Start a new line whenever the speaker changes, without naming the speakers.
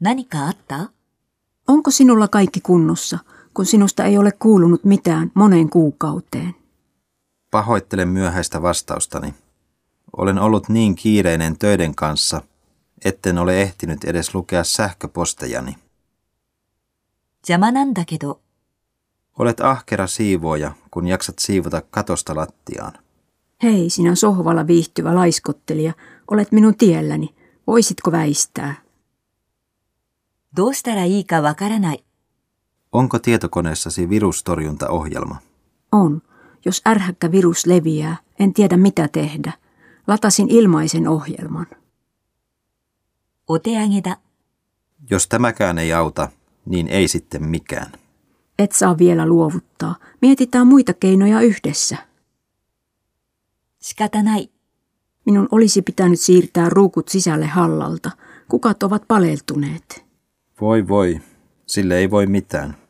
何かあった
Onko sinulla kaikki kunnossa, kun sinusta ei ole kuulunut mitään moneen kuukauteen?
Pahoittelen myöhäistä vastaustani. Olen ollut niin kiireinen töiden kanssa, etten ole ehtinyt edes lukea sähköpostejani.
邪魔なんだけど、
Olet ahkera siivooja, kun jaksat siivota katosta lattiaan.
Hei, sinä sohvalla viihtyvä laiskottelija, olet minun tielläni. Voisitko väistää?
どうしたらいいかわからない。
Onko tietokoneessasi virustorjuntaohjelma?
On. Jos ärhäkkä virus leviää, en tiedä mitä tehdä. Latasin ilmaisen ohjelman.
お手上げだ。
Jos tämäkään ei auta, niin ei sitten mikään.
Et saa vielä luovuttaa. Mietitään muita keinoja yhdessä.
仕方ない。
Minun olisi pitänyt siirtää ruukut sisälle hallalta. Kukat ovat paleltuneet.
Voi voi, sille ei voi mitään.